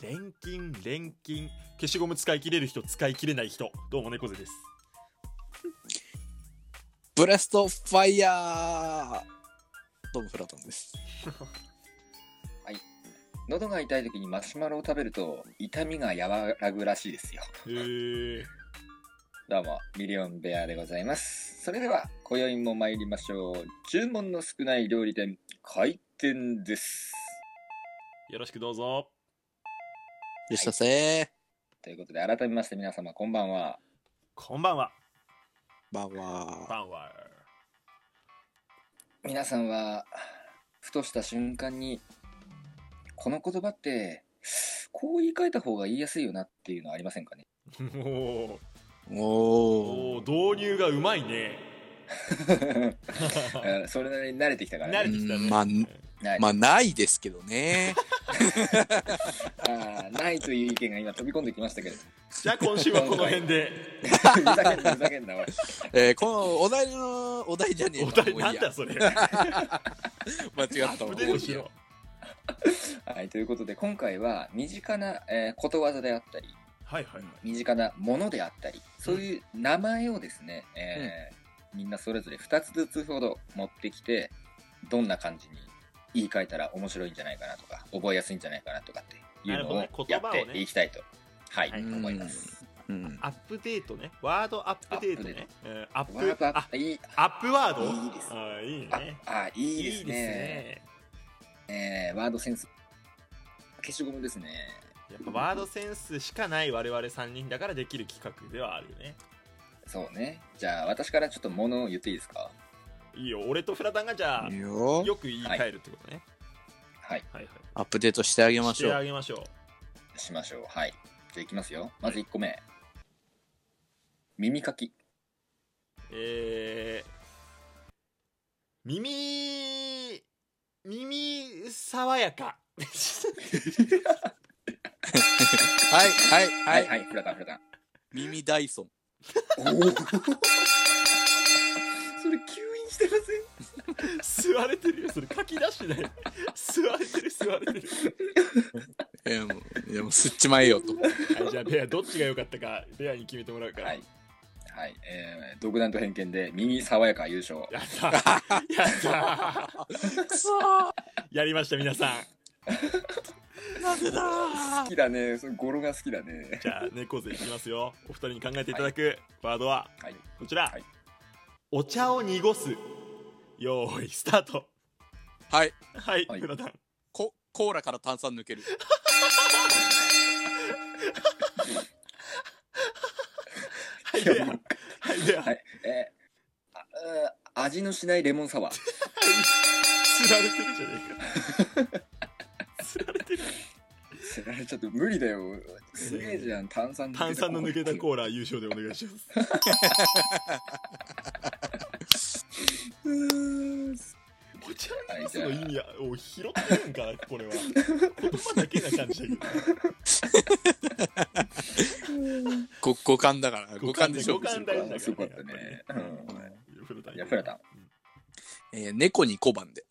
錬金錬金消しゴム使い切れる人使い切れない人どうも猫背ですブレストファイヤーどうもフラタンです。喉が痛い時にマシュマロを食べると痛みが和らぐらしいですよ。へーどうも、ミリオンベアでございます。それでは、今宵も参りましょう。注文の少ない料理店、開店です。よろしくどうぞいらっしゃいませということで、改めまして皆様、こんばんは。こんばんはばんは。バンワ皆さんは、ふとした瞬間に、この言葉って、こう言い換えた方が言いやすいよなっていうのはありませんかね。 ーおーおおお。ー導入がうまいねうんそれなりに慣れてきたから慣れね。てきたね、うんまあないまあないですけどね。あーないという意見が今飛び込んできましたけど。じゃあ今週はこの辺でふざけんな、ふざけんな、おい。えーこのお題のお題じゃねえおか題もういいなんだや。それ間違ったわ。腕をしよはい、ということで今回は身近な、えーことわざであったりはいはいはい身近なものであったりそういう名前をですね、えーみんなそれぞれ2つずつほど持ってきてどんな感じに言い換えたら面白いんじゃないかなとか覚えやすいんじゃないかなとかっていうのをなるほどねや言葉をねっていきたいと、はい、はい思います。うん。アップデートねワードアップデートねうんアッワープドアッあプいいアップワードいいですあーいいあねあいいですねえーワードセンス消しゴムですねやっぱワードセンスしかない我々3人だからできる企画ではあるよねそうねじゃあ私からちょっとものを言っていいですかいいよ俺とフラタンがじゃいいあよ。よく言い換えるってことねはいはいはアップデートしてあげいまししょてあう。げましょうしましょうはいじゃあいきますよまず1個目耳かきえー、耳耳爽やかはいはいははいい。はいフラタンフラタン耳ダイソン。 おおそれ吸引してま吸われてるよそれ書き出してない吸われてる吸われてるいやもういやもう吸っちまえよと。はいじゃあベアどっちが良かったかベアに決めてもらうから、はいはいえー、独断と偏見で耳爽やか優勝やったやったくそーやりました皆さんなぜだ好きだねその語呂が好きだねじゃあ猫背いきますよお二人に考えていただくワードははいこちら、はいお茶を濁すよーいスタートはい。はい、はいフラタンココーラから炭酸抜ける。はいベアはいベア、はいえーあうー味のしないレモンサワー 釣られてるじゃねえか釣られ てるせられちゃって無理だよすげえじゃん炭酸炭酸の抜けたーコーラ優勝でお願いします お茶のその意味を拾ってるんかなこれは言葉だけな感じだけどご五感だから。五感で勝負する五か感らだ。すごかったねフラタンいやフラタンえー猫に小判で。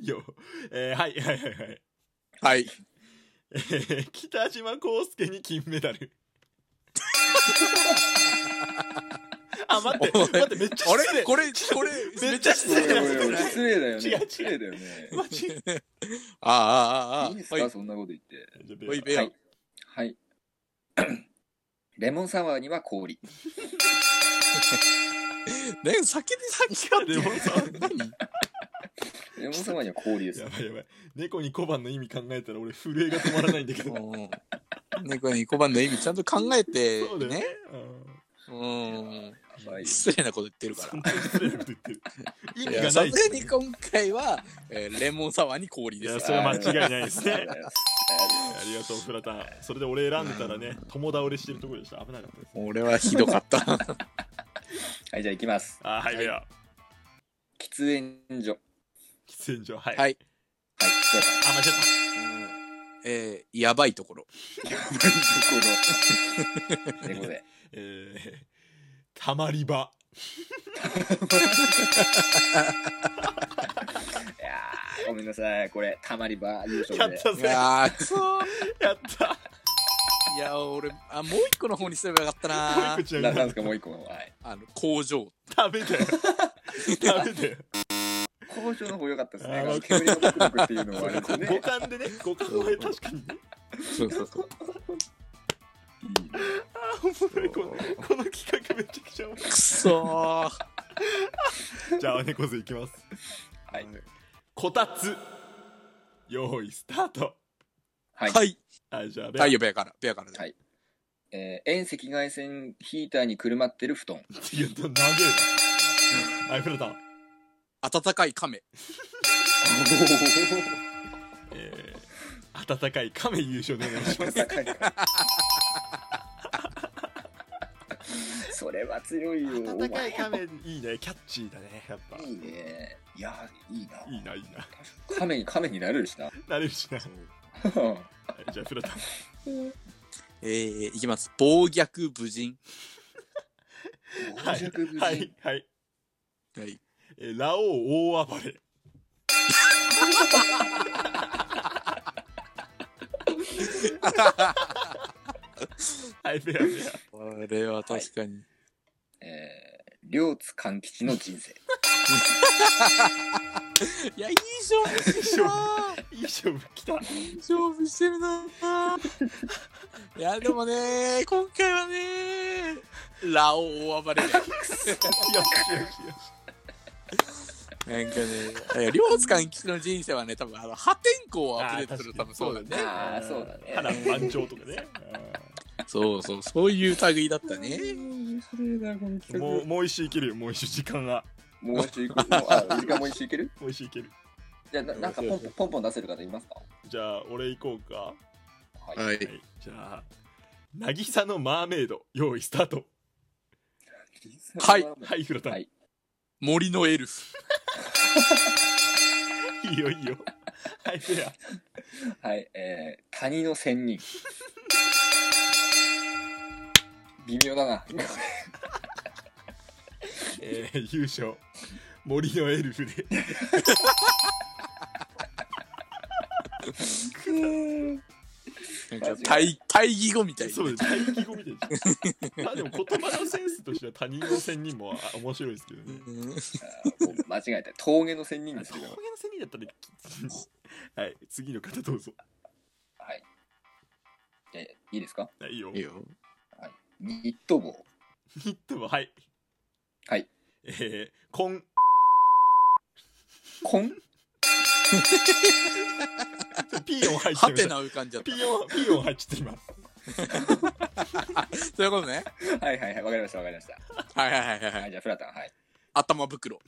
いいよえーはいはいはいはいはい。えー 北島康介に金メダル あ待っておい待ってめっちゃあ失れ礼これ、これ、めっちゃ失礼 おいおいおいあ失礼だよね違う違う失礼だよねマジじゃあ、ああ、ああ。いいですか、はいそんなこと言って。あベアおい、ベはアい。はい。 レモンサワーには氷。ね、酒で酒かってレモンサワー何レモンサワーには氷ですや。ばいやばい猫に小判の意味考えたら俺震えが止まらないんだけどうん猫に小判の意味ちゃんと考 えてそうだよねね。うんうん。やばい失礼なこと言ってるかそんな失礼なこと言ってる意ら。味いやがなさいすがに今回は、えーレモンサワーに氷でいやすそれは間違いないです ねありがとうございますありがとうフラタンそれで俺選んでたらね友倒れしてるところでした危なかったです俺はひどかった。はい、じゃあ行きます。あはいベア喫煙所。喫煙所はいはいはい、そうだ。あ間違っえーやばいところ。やばい ところ。猫で。たえーたまり場いやーごめんなさいこれたまり場優や勝っでたいぜややーくそーったいやー俺あもう一個の方にすればよかったもうな一口やなるなんですかもう一個はいあの工場食べて 食べて交渉の方良かったですあねーこの煙のブクブクっていうのはあれです五ね感でね五感は確かにそうそうそういいねあーおもろいこのこの企画めちゃくちゃおもろくそーいじゃあ猫背いきますはいこたつ用意スタートはいはいはいじゃあ太い陽部屋から部屋からで、はいえー遠赤外線ヒーターにくるまってる布 団や長えなはい古田暖かい亀えー、温かい亀優勝でお願いします 高いから それは強いよ温かい亀いいねキャッチーだねやっぱお前いいねいやいいないいないいな亀に亀になれるしな慣れるしな、 はうんい、じゃあ古田えー、いきます暴虐無人はい傍 若無人はいはい、はいえー、ラオウ大暴れはいペアペこれは確かに、えー両津勘吉の人生い、やいい勝負してるなアいい勝負きたいい勝負してるなあ いやでもね今回はねラオウ大暴 れよしよしよしなんかね、りょうつかん吉の人生はね、多分あの破天荒をアップデートする、あー多分そうだね。あーそうだね波乱万丈とかねそうそう、そういう類だったね。うんもうもう一周いけるよもう一周時間がもう一周いくもうあ時間もう一周いけるもう一周いけるじゃあななんかポンポンポンポン出せる方いますかじゃあ俺行こうかはいははい。い、じゃあ、渚のマーメイド、用意スタート。はいはい、古田。、はいい森のエルフ。いよ、いいよ。はい、ペア。はい、えー、谷の 仙人。微妙だな。えー、優勝。森のエルフで。なんか対、対義語みたい な。そうです、大気語みたいです。ま あでも言葉のセンスとしては他人の仙人もあ面白いですけどね。うんもう間違えた。峠の仙人です峠けのど。仙人だ ったらきつい、はい、次の方どうぞ。はい。えー、いいですかはい、いいよ。いいよ。ニット帽。ヒットは、はい。はい。えー、コン、コンピーヨン入っ ハてテまナ浮かんじゃっピた。ーヨン、ピーヨン入っちゃって 今。 そういうことね。はいはいはい。わかりましたわかりました。はいはいはいはいははい、い。じゃあ、フラタン、はい。頭袋。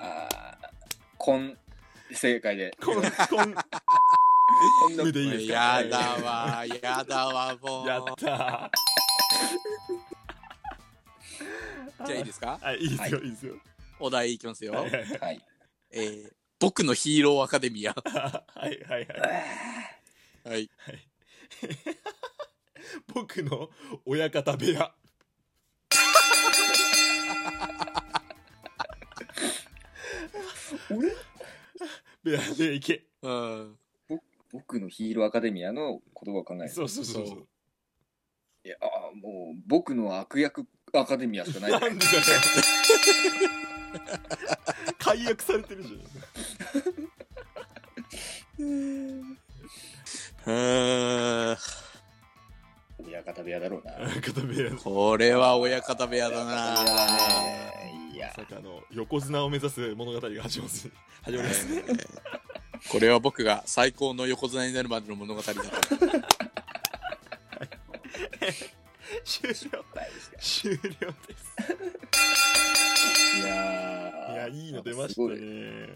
あー、コン、正解で。コン、コン、コンの無でいいですかやだわ、やだわ、もう。やったーじゃあいいですか はい、いいですよ、いいですよ。お題いきますよ。はいはいはい。えー、僕のヒーローアカデミア。はいはいはい。はい。僕の親方部屋。俺部屋で行け。うん。僕のヒーローアカデミアの言葉を考える。そうそうそうそ。そういや、あーもう、僕の悪役アカデミアしかないな。 んでだよ。解約されてるじうん。親方部屋だろうなゃん。。親方部屋。これは親方部屋だなね。いやま、さかあの横綱を目指す物語が始まる。始まります。これは僕が最高の横綱になるまでの物語だと終了。終了です。いやいーや、いいの出ましすごたいね。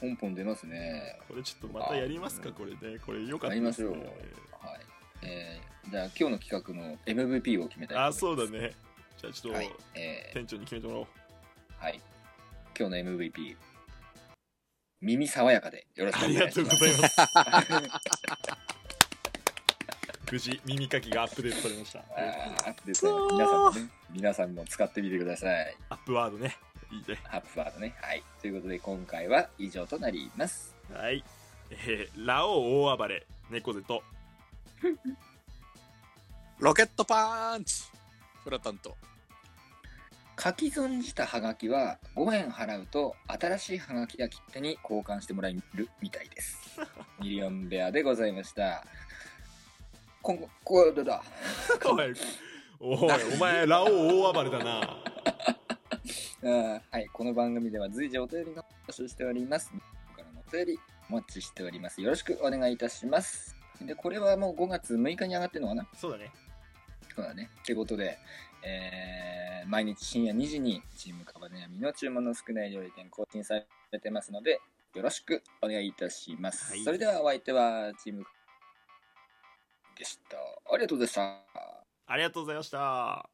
ポンポン出ますね。これちょっとまたやりますか、これね。これよかったやりまでしすょうね。。はい。えー、じゃあ今日の企画の MVP を決めたいと思いあ、ますそうだ。ね。じゃあちょっはいと。えー店長に決めてもらおう。はい。今日の MVP。耳爽やかでよろしくおあ願いりしまがとうごす。ざい ます。無事耳かきがアップデートされました。あーで皆さんもね、皆さんも使ってみてください。アップワードね。いいね。ハップワードね。はい。ということで、今回は以上となります。はい。えー、ラオウ大暴れ、猫背と、ロケットパンチフラタンと。書き損じたハガキは5円払うと新しいハガキや切手に交換してもらえるみたい です。ミリオンベアでございました。こん、これだ。おい、おい、お前、ラオウ大暴れだな。あーはい、この番組では随時お便りの募集しております。皆様からのお便りお待ちしております。よろしくお願いいたします。で、これはもう5月6日に上がってるのかなそうだね。そうだね。ということで、えー毎日深夜2時にチームカバネヤミの注文の少ない料理店更新されてますので、よろしくお願いいたします。はいそれではお相手はチームでした。ありがとうございました。ありがとうございました。